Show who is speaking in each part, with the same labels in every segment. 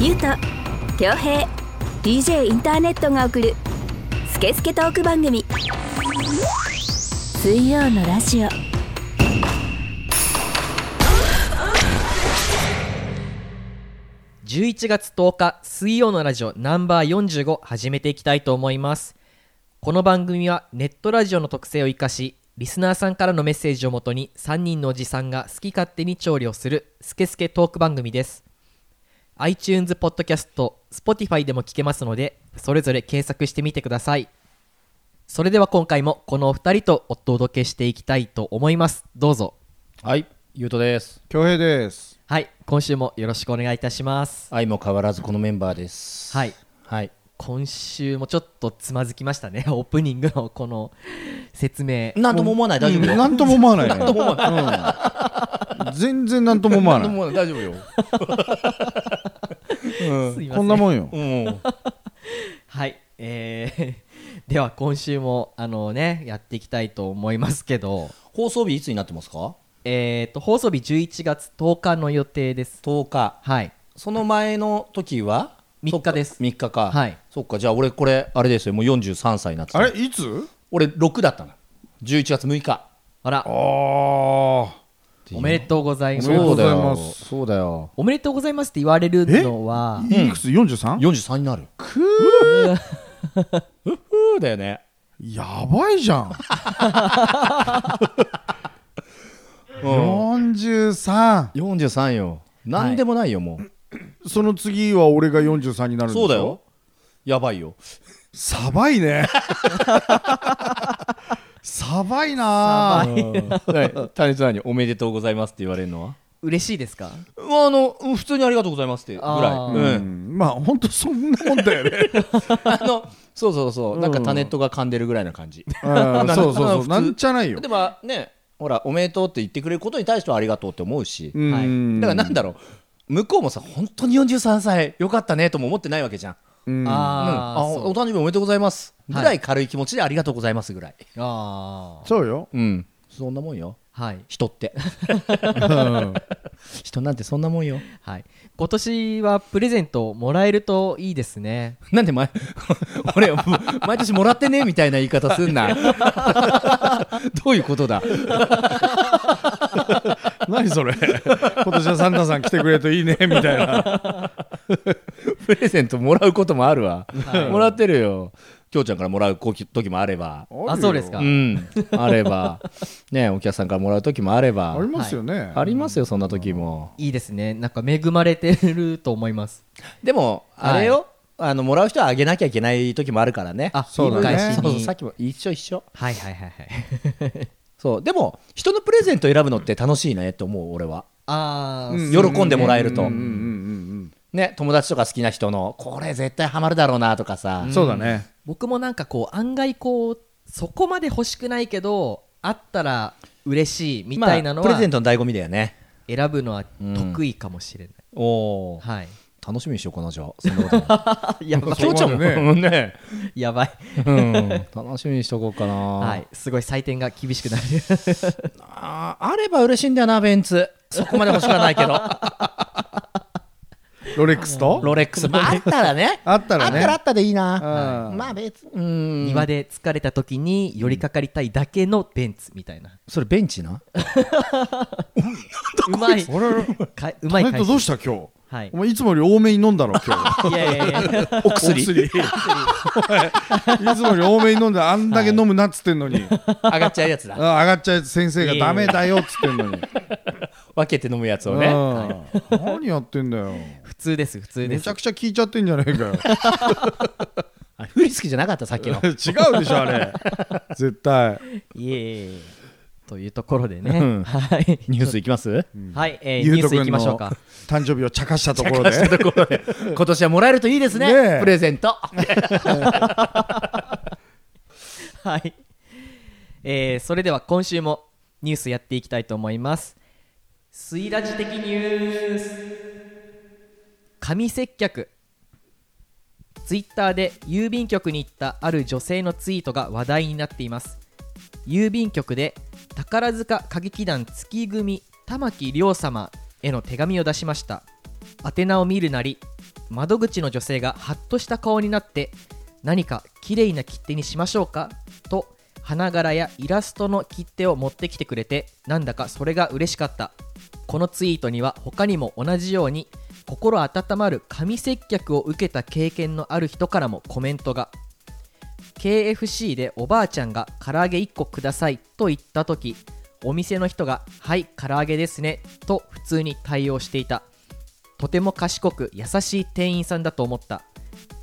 Speaker 1: ゆうと恭平 DJ インターネットが送る「スケスケトーク番組」水曜のラジオ
Speaker 2: 11月10日水曜のラジオナンバー45始めていきたいと思いますこの番組はネットラジオの特性を生かしリスナーさんからのメッセージをもとに3人のおじさんが好き勝手に調理をするスケスケトーク番組です iTunes ポッドキャスト Spotify でも聞けますのでそれぞれ検索してみてくださいそれでは今回もこのお二人とお届けしていきたいと思いますどうぞ
Speaker 3: はい、ゆうとです。
Speaker 4: 恭平です。
Speaker 2: はい今週もよろしくお願いいたします
Speaker 3: 相も変わらずこのメンバーです。
Speaker 2: はい。
Speaker 3: はい。
Speaker 2: 今週もちょっとつまずきましたね オープニングのこの説明
Speaker 3: なんとも思わない、大丈夫よ。
Speaker 4: なんとも思わないね。
Speaker 3: なんとも思わない。
Speaker 4: うん全然なんとも思わ
Speaker 3: なんと
Speaker 4: な
Speaker 3: も思わない、大丈夫よ。
Speaker 2: すい
Speaker 4: い。
Speaker 2: ません
Speaker 4: こんなもんよ。
Speaker 3: うん。
Speaker 2: はいえー では今週もあのねやっていきたいと思いますけど
Speaker 3: 放送日いつになってますか
Speaker 2: えー、と放送日11月10日の予定です
Speaker 3: 10日。
Speaker 2: はい
Speaker 3: その前の時は
Speaker 2: 三日です
Speaker 3: 3日か。
Speaker 2: はい。
Speaker 3: そっか、じゃあ俺これ、あれですよ、もう43歳になってた
Speaker 4: あれいつ？
Speaker 3: 俺6だったの。11月6日。
Speaker 2: あ
Speaker 4: あ
Speaker 2: ら
Speaker 4: あ。
Speaker 2: おめでとうございま
Speaker 4: お
Speaker 2: す
Speaker 4: めでとうございます
Speaker 3: そうだよ。
Speaker 2: おめでとうございますって言われるのは
Speaker 4: いうくつ？四十三？
Speaker 3: 43になる。くー。うーだよね。
Speaker 4: やばいじゃん。四十三。
Speaker 3: 43よ。なんでもないよ、もう。
Speaker 4: その次は俺が四十三になるんでしょ
Speaker 3: そうだよ。。やばいよ。
Speaker 4: さば いね。さばいなー。
Speaker 3: 谷さんにおめでとうございますって言われるのは
Speaker 2: 嬉しいですか
Speaker 3: あの普通にありがとうございますってぐらい
Speaker 2: あー
Speaker 3: う
Speaker 4: う んん。まあ本当そんなもんだよね。
Speaker 3: あのそうそうそうなんかタネットが噛んでるぐらいな感じ
Speaker 4: うんそうそう
Speaker 3: 普
Speaker 4: そう。
Speaker 3: 通
Speaker 4: なんちゃないよ
Speaker 3: で。もねほらおめでとうって言ってくれることに対してはありがとうって思うし
Speaker 4: う
Speaker 3: だ
Speaker 4: ん。
Speaker 3: からなんだろう向こうもさ本当に43歳よかったねとも思ってないわけじゃん
Speaker 4: うん
Speaker 3: うん
Speaker 2: あ
Speaker 3: あ
Speaker 2: ーそう
Speaker 3: おお誕生日おめでとうございますぐ
Speaker 2: はい
Speaker 3: らい軽い気持ちでありがとうございますぐらい
Speaker 2: あ
Speaker 4: そうよ。
Speaker 3: うんそんなもんよ
Speaker 2: ーはい
Speaker 3: 人って
Speaker 4: うん
Speaker 3: 人なんてそんなもんよ
Speaker 2: はい今年はプレゼントもらえるといいですね
Speaker 3: なんで前 俺もう毎年もらってねみたいな言い方すん などういうことだ
Speaker 4: 何それ今年はサンタさん来てくれるといいねみたいな
Speaker 3: プレゼントもらうこともあるわ、もらってるよきょうちゃんからもらう時もあれば
Speaker 2: あそうですか
Speaker 3: うんあればねお客さんからもらう時もあれば
Speaker 4: ありますよね、
Speaker 3: ありますよそんな時も
Speaker 2: いいですねなんか恵まれてると思います
Speaker 3: でも
Speaker 2: はい
Speaker 3: あれよ、あのもらう人はあげなきゃいけない時もあるからね
Speaker 2: あ
Speaker 4: そうだね
Speaker 2: 言い
Speaker 3: そう
Speaker 2: 返し
Speaker 3: そう
Speaker 2: に
Speaker 3: さっきも一緒一緒
Speaker 2: はいはいはいはい
Speaker 3: そうでも人のプレゼント選ぶのって楽しいねって思う俺は
Speaker 2: ああ、
Speaker 4: うん
Speaker 3: 喜んでもらえると、
Speaker 4: うんうんうん
Speaker 3: ね、友達とか好きな人のこれ絶対ハマるだろうなとかさ、
Speaker 4: うんそうだね
Speaker 2: 僕もなんかこう案外こうそこまで欲しくないけどあったら嬉しいみたいなの
Speaker 3: まあ
Speaker 2: は
Speaker 3: プレゼントの醍醐味だよね
Speaker 2: 選ぶのは得意かもしれない、
Speaker 3: おお、
Speaker 2: はい
Speaker 3: 楽しみにしようかなじゃあそんな ことない
Speaker 2: やばい
Speaker 4: そこまでね
Speaker 3: 京ちゃんもね、
Speaker 2: やばい、
Speaker 3: うん、楽しみにしとこうかな、
Speaker 2: はい、すごい採点が厳しくなる
Speaker 3: あーあれば嬉しいんだよなベンツそこまで欲しくはないけ ど
Speaker 4: ロレックスと
Speaker 3: ロレックス、まあ、あったらね
Speaker 4: あったら
Speaker 3: あ
Speaker 4: ね
Speaker 3: ったらあったでいい
Speaker 4: あ
Speaker 3: な
Speaker 4: ー
Speaker 3: まあ別うん
Speaker 2: 庭で疲れた時に寄りかかりたいだけのベンツみたいな、
Speaker 3: それベンチな
Speaker 2: うまい
Speaker 4: あれ
Speaker 2: かうま
Speaker 4: タ
Speaker 2: い
Speaker 4: ネッ
Speaker 2: 返
Speaker 4: ト
Speaker 2: し
Speaker 4: どうした今日
Speaker 2: はい
Speaker 4: お前いつもより多めに飲んだろ今 日
Speaker 2: いやいやいや
Speaker 4: お薬いつもより多めに飲んだあんだけ飲むなっつってんのに、
Speaker 3: 上がっちゃうやつ
Speaker 4: あ
Speaker 3: だ
Speaker 4: 上がっちゃうやつ先生がダメだよっつってんのに、
Speaker 3: 分けて飲むやつを
Speaker 4: う
Speaker 3: ね
Speaker 4: ん何やってんだよ
Speaker 2: 普通です普通で
Speaker 4: め
Speaker 2: す
Speaker 4: ちゃくちゃ聞いちゃってんじゃねえかよ
Speaker 3: あフリスキーじゃなかったさっきの
Speaker 4: 違うでしょ あれ絶対
Speaker 2: いえいえいえというところでね、
Speaker 3: うん
Speaker 2: はい、
Speaker 3: ニュースいきます
Speaker 2: はい、えー、
Speaker 4: ゆ
Speaker 2: ニ
Speaker 4: う
Speaker 2: ュー
Speaker 4: と
Speaker 2: スい
Speaker 4: く
Speaker 2: き
Speaker 4: ん
Speaker 2: ましょう
Speaker 4: の
Speaker 2: か。
Speaker 4: 誕生日を茶化したところで
Speaker 3: ところで今年はもらえるといいですね
Speaker 4: ねえ
Speaker 3: プレゼ ント
Speaker 2: はい、えー、それでは今週もニュースやっていきたいと思います。スイラジ的ニュース。紙接客。ツイッターで郵便局に行ったある女性のツイートが話題になっています。郵便局でた宝塚歌劇団月組玉木亮様への手紙を出しました宛名を見るなり窓口の女性がハッとした顔になって何か綺麗な切手にしましょうかと花柄やイラストの切手を持ってきてくれてなんだかそれが嬉しかったこのツイートには他にも同じように心温まる神接客を受けた経験のある人からもコメントが KFC でおばあちゃんが唐揚げ1個くださいと言った時お店の人が「はい唐揚げですね」と普通に対応していたとても賢く優しい店員さんだと思った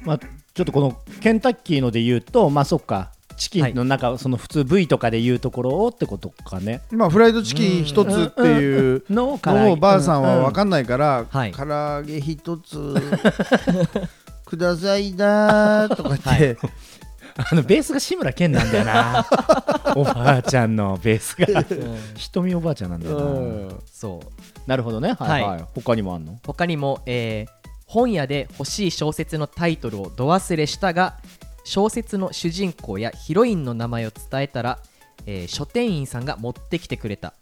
Speaker 3: まあ、ちょっとこのケンタッキーので言うと、まあ、そっか、チキンの中、その普通部位とかで言うところをってことかね。
Speaker 4: 今フライドチキン一つっていう
Speaker 3: のから
Speaker 4: のをばあさんは分かんないから「
Speaker 2: はい
Speaker 4: 唐揚げ一つくださいな」とか言って
Speaker 3: あのベースが志村けんなんだよ なおばあちゃんのベースが瞳おばあちゃんなんだよな、
Speaker 2: そう
Speaker 3: なるほどねはい、
Speaker 2: は
Speaker 3: はいい、他にもあんの
Speaker 2: 他にも、えー本屋で欲しい小説のタイトルをど忘れしたが小説の主人公やヒロインの名前を伝えたら、えー書店員さんが持ってきてくれた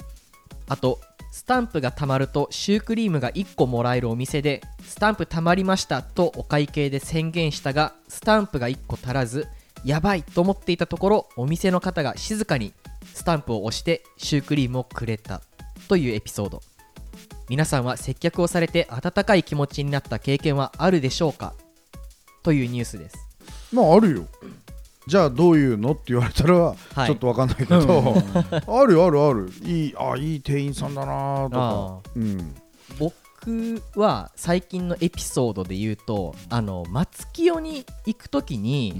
Speaker 2: あとスタンプがたまるとシュークリームが1個もらえるお店でスタンプたまりましたとお会計で宣言したがスタンプが1個足らずやばいと思っていたところお店の方が静かにスタンプを押してシュークリームをくれたというエピソード皆さんは接客をされて温かい気持ちになった経験はあるでしょうかというニュースです
Speaker 4: まああるよじゃあどういうのって言われたら
Speaker 2: はい
Speaker 4: ちょっと分かんないけどあるあるあるいいあいい店員さんだなとか
Speaker 2: あ
Speaker 4: うん
Speaker 2: 僕は最近のエピソードで言うとあの松清に行く時に、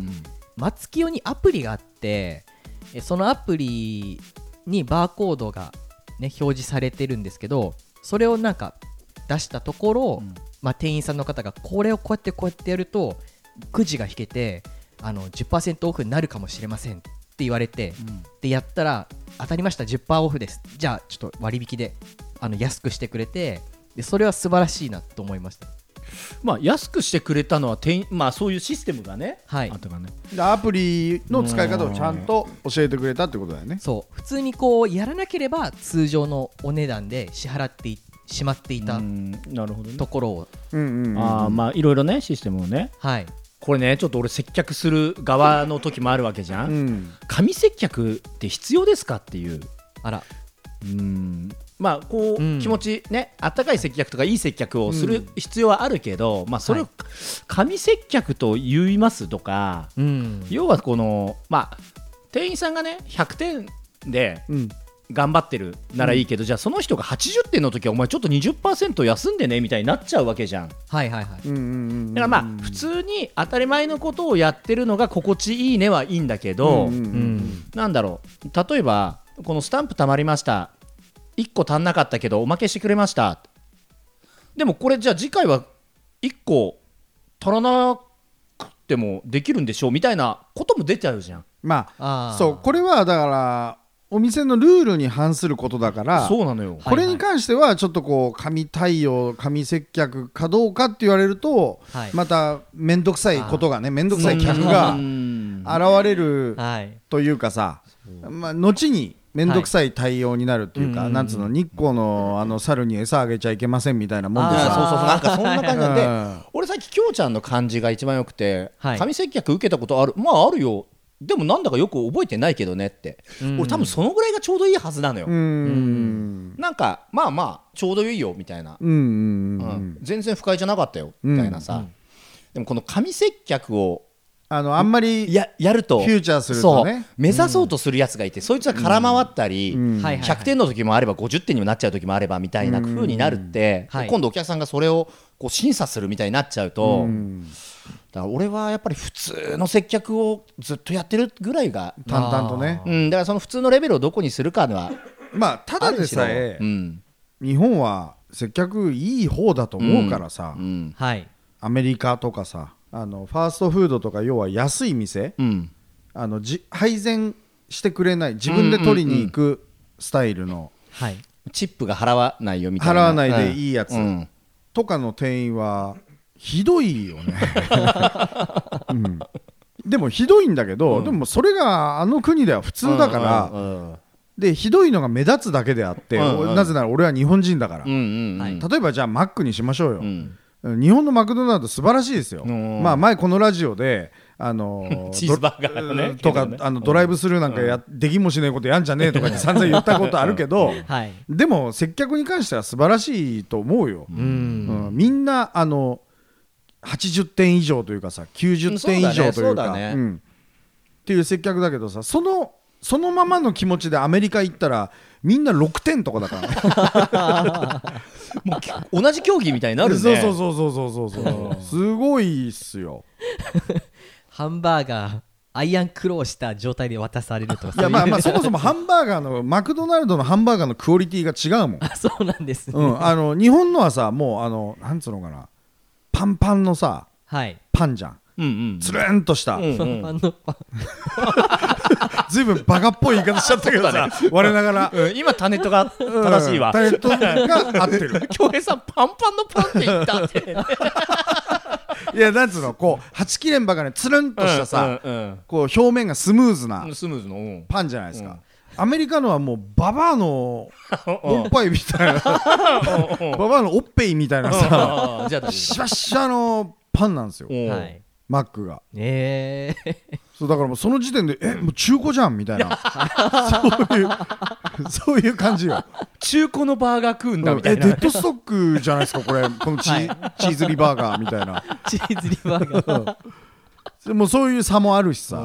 Speaker 2: 松清にアプリがあってえそのアプリにバーコードが、ね、表示されてるんですけどそれをなんか出したところ、
Speaker 3: うん
Speaker 2: まあ、店員さんの方がこれをこうやってこうやってやるとくじが引けてあの10%オフになるかもしれませんって言われて、でやったら当たりました10%オフですじゃあちょっと割引であの安くしてくれてでそれは素晴らしいなと思いました
Speaker 3: まあ安くしてくれたのは店員まあそういうシステムがね
Speaker 2: はい
Speaker 3: あったからね
Speaker 4: でアプリの使い方をちゃんと教えてくれたってことだよね
Speaker 2: そう普通にこうやらなければ通常のお値段で支払っていしまっていた
Speaker 3: うんなるほどね
Speaker 2: ところを、
Speaker 4: うんうんうん
Speaker 3: あーまあいろいろねシステムをね
Speaker 2: はい
Speaker 3: これねちょっと俺接客する側の時もあるわけじゃん、
Speaker 4: うん
Speaker 3: 紙接客って必要ですかっていう
Speaker 2: あら
Speaker 3: うんまあこう、
Speaker 2: うん
Speaker 3: 気持ちねあったかい接客とかいい接客をす
Speaker 4: う
Speaker 3: る必要はあるけど、まあそれを、
Speaker 2: は
Speaker 3: 紙接客と言いますとか、
Speaker 2: うん
Speaker 3: 要はこのまあ店員さんがね100点で
Speaker 4: うん
Speaker 3: 頑張ってるならいいけど、じゃあその人が80点の時はお前ちょっと20%休んでねみたいになっちゃうわけじゃんだか
Speaker 2: はいはいはい
Speaker 4: うんうんうん
Speaker 3: らまあ普通に当たり前のことをやってるのが心地いいねはいいんだけど、
Speaker 4: うんうんう
Speaker 2: うんん
Speaker 3: なんだろう例えばこのスタンプたまりました1個足んなかったけどおまけしてくれましたでもこれじゃあ次回は1個足らなくてもできるんでしょうみたいなことも出ちゃうじゃん
Speaker 4: ま
Speaker 2: あ
Speaker 4: あ
Speaker 2: ー
Speaker 4: そうこれはだからお店のルールに反することだから
Speaker 3: そうなのよ、
Speaker 2: はい
Speaker 4: これに関してはちょっとこう紙対応紙接客かどうかって言われると
Speaker 2: はい
Speaker 4: また面倒くさいことがね面倒くさい客が
Speaker 3: うん
Speaker 4: 現れる
Speaker 2: はい
Speaker 4: というかさまあ後に面倒くさい対応になるっていう
Speaker 2: は
Speaker 4: か
Speaker 2: い
Speaker 4: なんつうの日光のあの猿に餌あげちゃいけませんみたいなもんで
Speaker 3: あーそうそ
Speaker 4: さ
Speaker 3: うそうなんかそんな感じなんで、
Speaker 4: うん
Speaker 3: 俺さっききょうちゃんの感じが一番よくて、
Speaker 2: はい
Speaker 3: 紙接客受けたことあるまああるよでもなんだかよく覚えてないけどねって、
Speaker 2: うん
Speaker 3: 俺多分そのぐらいがちょうどいいはずなのよ、
Speaker 4: うーん
Speaker 3: なんかまあまあちょうどいいよみたいな、
Speaker 4: うんうんう
Speaker 3: うんん全然不快じゃなかったよみたいなさ、でもこの紙接客を
Speaker 4: あのあんまり
Speaker 3: ややると
Speaker 4: フューチャーするとね
Speaker 3: そう目指そうとするやつがいて、そいつは空回ったり、
Speaker 4: うん
Speaker 2: はいはいはい
Speaker 3: 100点の時もあれば50点にもなっちゃう時もあればみたいな風になるって、
Speaker 2: うんはい
Speaker 3: 今度お客さんがそれをこう審査するみたいになっちゃうと、だから俺はやっぱり普通の接客をずっとやってるぐらいが、
Speaker 4: 淡々とね
Speaker 2: あ
Speaker 3: うん、だからその普通のレベルをどこにするかは
Speaker 4: まあただでさえ
Speaker 3: うん
Speaker 4: 日本は接客いい方だと思うからさ、
Speaker 3: うん
Speaker 2: はい
Speaker 4: アメリカとかさあのファーストフードとか要は安い店
Speaker 3: うん
Speaker 4: あのじ配膳してくれない自分で取りに行くスタイルの
Speaker 2: はい
Speaker 3: チップが払わないよみたいな
Speaker 4: 払わないでいいやつ
Speaker 3: うん
Speaker 4: とかの店員はひど いよね、うんでもひどいんだけど、でもそれがあの国では普通だから、
Speaker 3: うんうん
Speaker 4: でひどいのが目立つだけであって、
Speaker 3: うんうん
Speaker 4: おなぜなら俺は日本人だから、
Speaker 3: うんうんうん
Speaker 4: 例えばじゃあマックにしましょうよ、
Speaker 3: うん
Speaker 4: 日本のマクドナルド素晴らしいですよ、
Speaker 3: うん
Speaker 4: まあ、前このラジオであの
Speaker 3: チーズバーガーのね
Speaker 4: ドとか、
Speaker 3: けどね
Speaker 4: あのドライブスルーなんかや、できもしないことやんじゃねえとかって散々言ったことあるけど、
Speaker 2: はい
Speaker 4: でも接客に関しては素晴らしいと思うよ、うんみんなあの80点以上というかさ90点以上とい
Speaker 3: そううだ
Speaker 4: か、
Speaker 3: ね
Speaker 4: うんっていう接客だけどさそのそのままの気持ちでアメリカ行ったらみんな6点とかだから、
Speaker 3: もうき同じ競技みたい になるね
Speaker 4: そうそうそうそうそうそうそうすごいっすよ
Speaker 2: ハンバーガーアイアンクローした状態で渡されるとか
Speaker 4: い
Speaker 2: そう
Speaker 4: や
Speaker 2: う
Speaker 4: まあまあそもそもハンバーガーのマクドナルドのハンバーガーのクオリティが違 うもん、
Speaker 2: あ そうなんですね、
Speaker 4: うん、あの日本のはさもうあのなんつうのかなパンパンのさ
Speaker 2: はい
Speaker 4: パンじゃん
Speaker 3: うんうん
Speaker 4: つるんとした、
Speaker 3: うんう ん
Speaker 2: あのパ
Speaker 4: ずいぶんバカっぽい言い方しちゃった けどさ、我ながら。
Speaker 3: うん今タネットが正しいわ
Speaker 4: タレントが合っ てる。
Speaker 3: 恭平さんパンパンのパンって言った って
Speaker 4: いや、なんつうの、こう、8切れんばかりつるんとしたさ、
Speaker 3: うんうん
Speaker 4: こう、表面がスムーズな
Speaker 3: うんスムーズのうん
Speaker 4: パンじゃないですか。アメリカのはもう、ババ アのおっぱいみたいな、ババアのおっぺいみたいなさ、
Speaker 3: ああじゃあ大丈
Speaker 4: シワシワのパンなんですよ、
Speaker 3: 夫
Speaker 2: は
Speaker 3: はい
Speaker 2: い
Speaker 4: マックが。
Speaker 2: えー、
Speaker 4: そうだからもうその時点で、え、もう中古じゃんみたいな、そういう、そういう感じよ。
Speaker 3: 中古のバーガー食うんだみたい
Speaker 4: え
Speaker 3: な
Speaker 4: デッドストックじゃないですかこれこのチ,、チーズリバーガーみたいな
Speaker 2: チーズリバーガー
Speaker 4: でもそういう差もあるしさ、
Speaker 3: う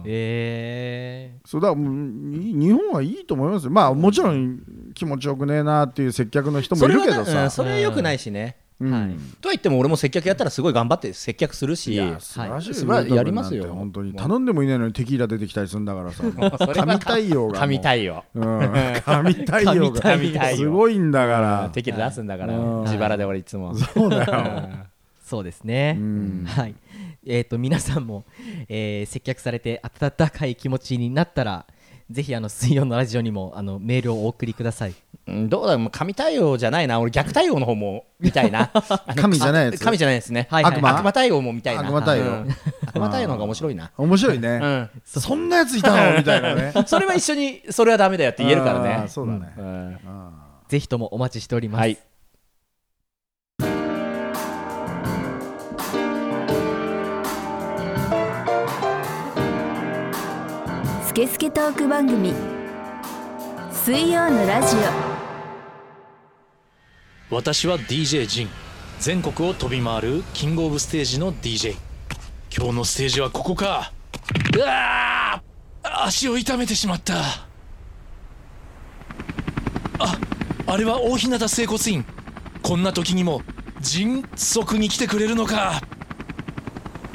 Speaker 3: ん
Speaker 2: え
Speaker 4: そうだからもうに日本はいいと思いますよまあもちろん気持ちよくねえなっていう接客の人もいるけ
Speaker 3: そ
Speaker 4: ど
Speaker 3: れはなう
Speaker 4: さ
Speaker 3: んそれはよくないしね
Speaker 4: うん
Speaker 2: はい
Speaker 3: とは言っても俺も接客やったらすごい頑張って接客するし
Speaker 4: いや素晴らしいよ、
Speaker 3: はい素晴らしい
Speaker 4: ウェルダム
Speaker 3: やりますよ
Speaker 4: なんて本当に頼んでもいないのにテキーラ出てきたりするんだからさ
Speaker 3: それは
Speaker 4: 神対応が
Speaker 3: 神
Speaker 4: 応
Speaker 3: 対応
Speaker 4: 神対応が
Speaker 3: 神対応
Speaker 4: すごいんだから
Speaker 3: テキーラ出すんだから
Speaker 4: うん
Speaker 3: 自腹で俺いつも
Speaker 4: そうだよ
Speaker 2: そうですね、
Speaker 4: うん
Speaker 2: はいえー、と皆さんも、えー接客されて温かい気持ちになったらぜひあの水曜のラジオにもあのメールをお送りください
Speaker 3: うんどうだろう神対応じゃないな俺逆対応の方もみたい なあの
Speaker 4: 神じゃないやつ
Speaker 3: 神じゃないですね
Speaker 2: はいはい
Speaker 4: 悪魔
Speaker 3: 悪魔対応もみたいな
Speaker 4: 悪魔対応
Speaker 3: うん悪魔対応の方が面白いな
Speaker 4: 面白い ね、
Speaker 3: うん
Speaker 4: そんなやついた のみたいなね
Speaker 3: それは一緒にそれはダメだよって言えるから
Speaker 4: あ
Speaker 3: ね
Speaker 4: ーそうだね、
Speaker 3: うん
Speaker 2: ぜひともお待ちしております、
Speaker 3: はい
Speaker 1: スケスケトーク番組水曜のラジ
Speaker 5: 私は DJ ジン全国を飛び回るキングオブステージの DJ 今日のステージはここかうわあ足を痛めてしまったああれは大日向整骨院こんな時にも迅速に来てくれるのか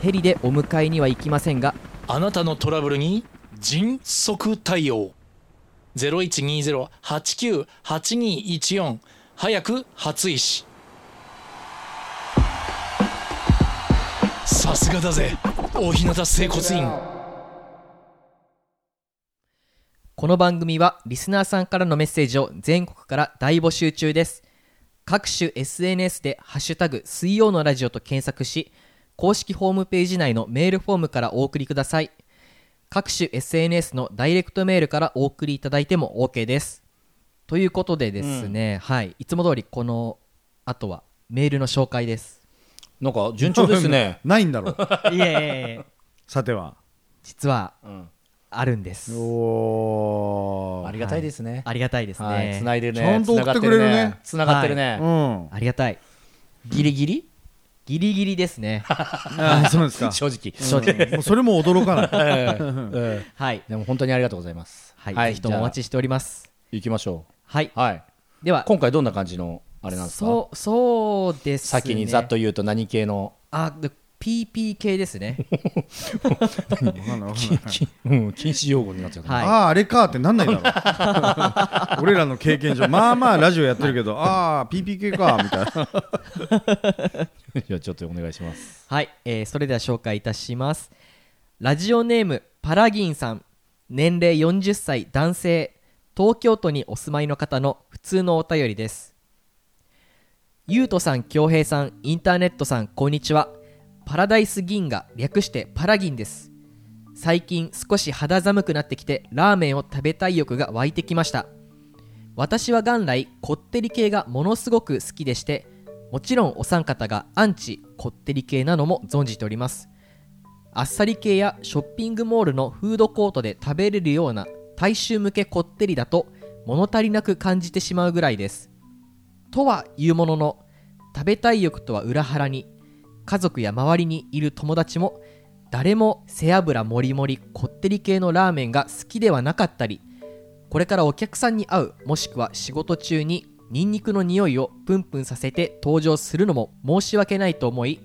Speaker 2: ヘリでお迎えには行きませんが
Speaker 5: あなたのトラブルに迅速対応0120-89-8214早く初石さすがだぜ大日向整骨院
Speaker 2: この番組はリスナーさんからのメッセージを全国から大募集中です各種 SNS で「ハッシュタグ水曜のラジオ」と検索し公式ホームページ内のメールフォームからお送りください各種 SNS のダイレクトメールからお送りいただいても OK ですということでですね、はいいつも通りこの後はメールの紹介です
Speaker 3: なんか順調ですね
Speaker 4: ないんだろう
Speaker 2: いえ
Speaker 4: さては
Speaker 2: 実は
Speaker 3: ん
Speaker 2: あるんです、
Speaker 4: お
Speaker 3: ありがたいですね
Speaker 2: ありがたいですね、
Speaker 3: はい繋いでね
Speaker 4: ちゃんと送ってくれるね
Speaker 3: 繋がってる
Speaker 4: う
Speaker 3: ね
Speaker 4: ん。
Speaker 2: ありがたい
Speaker 3: ギリギリ
Speaker 2: ギリギリです ね
Speaker 4: あそう ですか。
Speaker 3: 正直
Speaker 2: 正直
Speaker 4: もうそれも驚 かない。
Speaker 3: うん
Speaker 2: はい、
Speaker 3: でも本当にありがとうございます
Speaker 2: はい、ぜひともお待
Speaker 3: ち
Speaker 2: ちしております。
Speaker 3: 行きましょ
Speaker 2: はい、
Speaker 3: うはい
Speaker 2: では、
Speaker 3: 今回どんな感じのあれなんですか
Speaker 2: そう、そうです、ね。
Speaker 3: 先にざっと。言うと何系の
Speaker 2: あ、で、PP 系ですね。
Speaker 3: きうん禁止用語になっちゃう
Speaker 2: はい。
Speaker 4: ああー、あれかってなんないだろう。 俺らの経験上、まあまあラジオやってるけど、ああ、PPK か、みたいな。
Speaker 3: じゃあちょっとお願いします
Speaker 2: はい、えーそれでは紹介いたしますラジオネームパラギンさん年齢40歳男性東京都にお住まいの方の普通のお便りですゆうとさん恭平さんインターネットさんこんにちはパラダイス銀河略してパラギンです最近少し肌寒くなってきてラーメンを食べたい欲が湧いてきました私は元来こってり系がものすごく好きでしてもちろんお三方がアンチこってり系なのも存じておりますあっさり系やショッピングモールのフードコートで食べれるような大衆向けこってりだと物足りなく感じてしまうぐらいですとはいうものの食べたい欲とは裏腹に家族や周りにいる友達も誰も背脂もりもりこってり系のラーメンが好きではなかったりこれからお客さんに会うもしくは仕事中にニンニクの匂いをプンプンさせて登場するのも申し訳ないと思い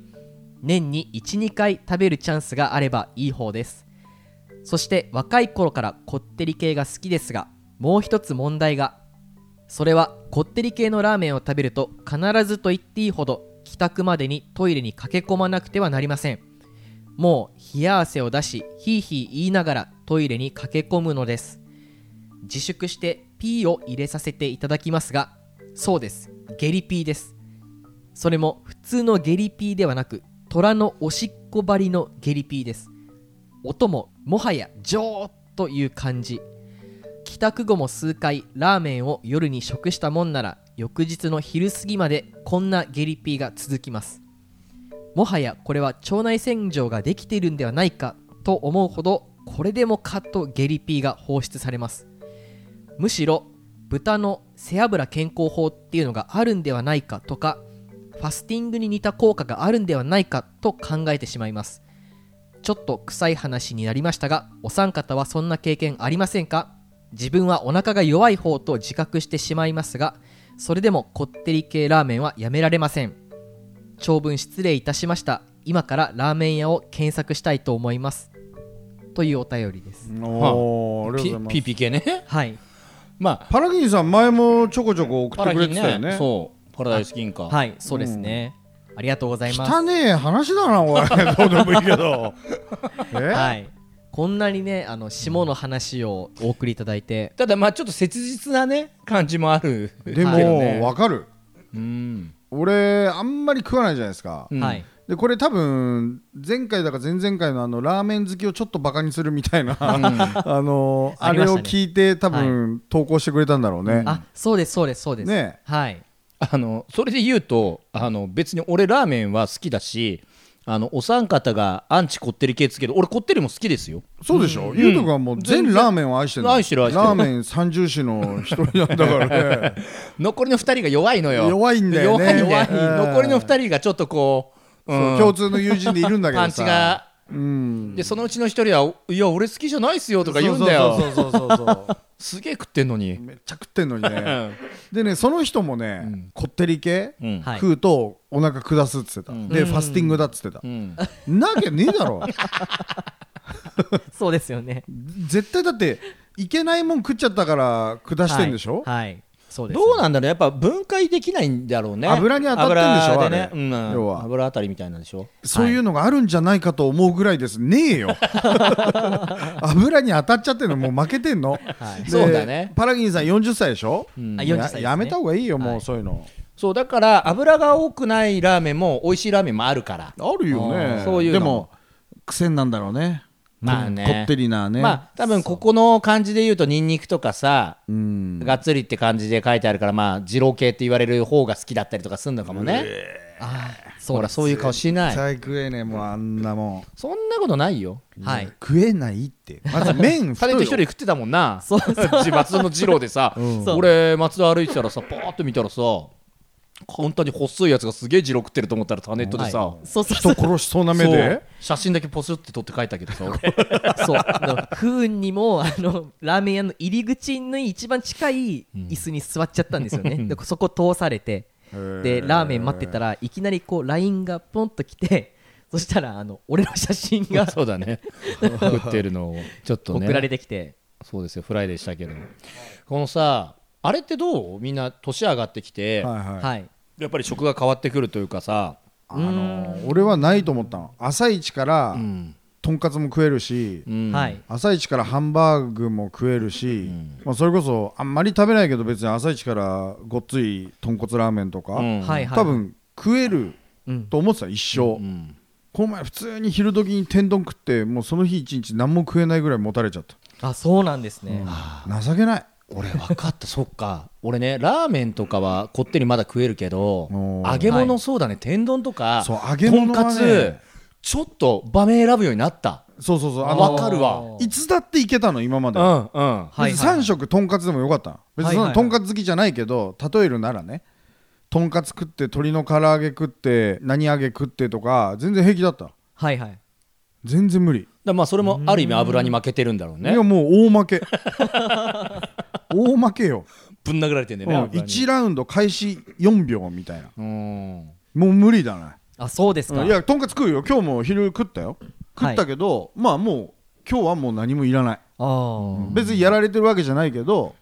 Speaker 2: 年に12回食べるチャンスがあればいい方ですそして若い頃からこってり系が好きですがもう一つ問題がそれはこってり系のラーメンを食べると必ずと言っていいほど帰宅までにトイレに駆け込まなくてはなりませんもう冷や汗を出しヒーヒー言いながらトイレに駆け込むのです自粛して P を入れさせていただきますがそうです下痢 P ですそれも普通の下痢 P ではなく虎のおしっこばりの下痢 P です音ももはやジョーという感じ帰宅後も数回ラーメンを夜に食したもんなら翌日の昼過ぎまでこんな下痢ピーが続きますもはやこれは腸内洗浄ができているんではないかと思うほどこれでもかと下痢ピーが放出されますむしろ豚の背脂健康法っていうのがあるんではないかとかファスティングに似た効果があるんではないかと考えてしまいますちょっと臭い話になりましたがお三方はそんな経験ありませんか自分はお腹が弱い方と自覚してしまいますがそれでもこってり系ラーメンはやめられません長文失礼いたしました今からラーメン屋を検索したいと思いますというお便りです
Speaker 4: おーありがとうございます
Speaker 3: PPK ね
Speaker 2: はい
Speaker 3: ま
Speaker 4: パラギンさん前もちょこちょこ
Speaker 3: あ
Speaker 4: 送ってくれてたよね
Speaker 3: そうパラダイス銀貨
Speaker 2: はいそうですね、ありがとうございます
Speaker 4: 汚ねえ話だなおいどうでもいいけど え
Speaker 2: はいこんなにねあの下の話をお送りいただいて
Speaker 3: ただまあちょっと切実なね感じもある
Speaker 4: で
Speaker 2: はい
Speaker 4: もわかる
Speaker 3: うん
Speaker 4: 俺あんまり食わないじゃないですか
Speaker 3: うん
Speaker 2: はい
Speaker 4: でこれ多分前回だか前々回のあのラーメン好きをちょっとバカにするみたいな あの
Speaker 2: あ
Speaker 4: あ
Speaker 2: りま
Speaker 4: れ
Speaker 2: したね
Speaker 4: を聞いて多分投稿してくれたんだろうね
Speaker 2: あそうですそうですそうです
Speaker 4: ね
Speaker 2: はい
Speaker 3: あのそれで言うとあの別に俺ラーメンは好きだしあのお三方がアンチこってり系ですけど俺こってりも好きですよ
Speaker 4: そうでしょゆうとくんはもう全ラーメンを愛してるの
Speaker 3: 愛してる愛してる
Speaker 4: ラーメン三重視の一人なんだからね
Speaker 3: 残りの2人が弱いのよ
Speaker 4: 弱いんだよね
Speaker 3: 弱いんだよ
Speaker 4: 弱い
Speaker 3: 残りの2人がちょっとこう,、
Speaker 4: そう
Speaker 3: うん
Speaker 4: 共通の友人でいるんだけど
Speaker 3: パ
Speaker 4: さ
Speaker 3: ンチが、
Speaker 4: うん
Speaker 3: でそのうちの1人は「いや俺好きじゃないっすよ」とか言うんだよ
Speaker 4: そうそうそうそうそうそう
Speaker 3: すげえ食ってんのに、
Speaker 4: めっちゃ食ってんのに
Speaker 3: う
Speaker 4: ね
Speaker 3: ん
Speaker 4: でねその人もね、
Speaker 3: ん
Speaker 4: こってり系、
Speaker 3: うん
Speaker 2: はい
Speaker 4: 食うとお腹下すっつってた、で
Speaker 2: うん
Speaker 4: ファスティングだっつってた
Speaker 3: う、ん
Speaker 4: なわけねえだろ
Speaker 2: そうですよね
Speaker 4: 絶対だっていけないもん食っちゃったから下してんでし
Speaker 2: は
Speaker 4: ょ、
Speaker 2: い、はいそうです
Speaker 3: どうなんだろうやっぱ分解できないんだろうね
Speaker 4: 油に当たってんでしょ
Speaker 3: 油でね
Speaker 4: あれ
Speaker 3: うん
Speaker 4: 要は
Speaker 3: 油あたりみたいなんでしょ
Speaker 4: そういうのがあるんじゃないかと思うぐらいですね えよ油に当たっちゃってんのもう負けてんの、で
Speaker 3: そうだね
Speaker 4: パラギンさん40歳でしょ、
Speaker 3: ん
Speaker 2: あ40歳
Speaker 4: や
Speaker 2: ですね
Speaker 4: やめた方がいいよも
Speaker 2: は
Speaker 4: う
Speaker 2: い
Speaker 4: そういうの、
Speaker 3: そうだから油が多くないラーメンも美味しいラーメンもあるから
Speaker 4: あるよ
Speaker 3: う
Speaker 4: ね
Speaker 3: んそういうの
Speaker 4: でも癖になんだろうね
Speaker 3: まあね
Speaker 4: ここってりなね、
Speaker 3: まあ多分ここの感じで言うとニンニクとかさ
Speaker 4: うん
Speaker 3: がっつりって感じで書いてあるからまあ二郎系って言われる方が好きだったりとかするのかもね
Speaker 2: あーそう
Speaker 3: ほら
Speaker 2: です
Speaker 3: そういう顔しな
Speaker 4: 絶
Speaker 3: い
Speaker 4: 対食えねえもうあんなもん
Speaker 3: そんなことないよ
Speaker 2: はい
Speaker 4: 食えな いってまず麺
Speaker 3: タレン
Speaker 4: 太
Speaker 3: ト
Speaker 4: い
Speaker 3: 一人食ってたもんな
Speaker 2: そうそう
Speaker 3: 自松田の二郎でさ、
Speaker 2: そう
Speaker 3: 俺松田歩いてたらさパーッと見たらさ本当に細いやつがすげえ二郎食ってると思ったらタネットでさ、
Speaker 2: そうそうそ
Speaker 4: 人
Speaker 2: う
Speaker 4: 殺しそうな目で
Speaker 3: そう写真だけポスって撮って書いたけど さ
Speaker 2: そうあの不運にもあのラーメン屋の入り口に一番近い椅子に座っちゃったんですよね、でそこ通されてでラーメン待ってたらいきなりこう LINE がポンと来てそしたらあの俺の写真が
Speaker 3: そう だね食ってるのをちょっとね
Speaker 2: 送られてきて、
Speaker 3: そうですよフライデーしたけどこのさあれってどうみんな年上がってきて、
Speaker 4: はいはい
Speaker 2: はい
Speaker 3: やっぱり食が変わってくるというかさ、
Speaker 4: あのー俺はないと思ったの朝一から
Speaker 3: ん
Speaker 4: とんかつも食えるし
Speaker 3: うん
Speaker 2: はい
Speaker 4: 朝一からハンバーグも食えるしまあそれこそあんまり食べないけど別に朝一からごっつい豚骨ラーメンとか
Speaker 3: うん
Speaker 2: はいはい
Speaker 4: 多分食える
Speaker 2: うん
Speaker 4: と思ってた一生
Speaker 3: うん
Speaker 4: この前普通に昼時に天丼食ってもうその日一日何も食えないぐらいもたれちゃった、
Speaker 2: あそうなんですね、
Speaker 4: 情けない
Speaker 3: 俺分かったそっか俺ねラーメンとかはこってりまだ食えるけど
Speaker 4: おー
Speaker 3: 揚げ物そうだね、天丼とか
Speaker 4: そう揚げ物はね
Speaker 3: とんかつちょっと場面選ぶようになった
Speaker 4: そうそうそうあ
Speaker 3: 分
Speaker 4: の
Speaker 3: かるわ
Speaker 2: あー
Speaker 4: いつだっていけたの今まで、
Speaker 3: うんうん
Speaker 2: はい
Speaker 4: 別に
Speaker 2: はい
Speaker 4: 3食とんかつでもよかったの別にそ
Speaker 2: はいは
Speaker 4: の
Speaker 2: い
Speaker 4: とんかつ好きじゃないけど例えるならねとんかつ食って鶏の唐揚げ食って何揚げ食ってとか全然平気だった
Speaker 2: はいはい
Speaker 4: 全然無理、
Speaker 3: だまあそれもある意味油に負けてるんだろう
Speaker 4: い
Speaker 3: ね
Speaker 4: やもう大 負け大負けよ、
Speaker 3: ぶん殴られてんだよ
Speaker 4: うん
Speaker 3: ね、油に
Speaker 4: 1ラウンド開始4秒みたいな
Speaker 3: うん
Speaker 4: もう無理だな
Speaker 2: あそうですか
Speaker 4: いやとんかつ食うよ今日も昼食ったよ食ったけど、まあもう今日はもう何もいらない
Speaker 2: あー
Speaker 4: 別にやられてるわけじゃないけど、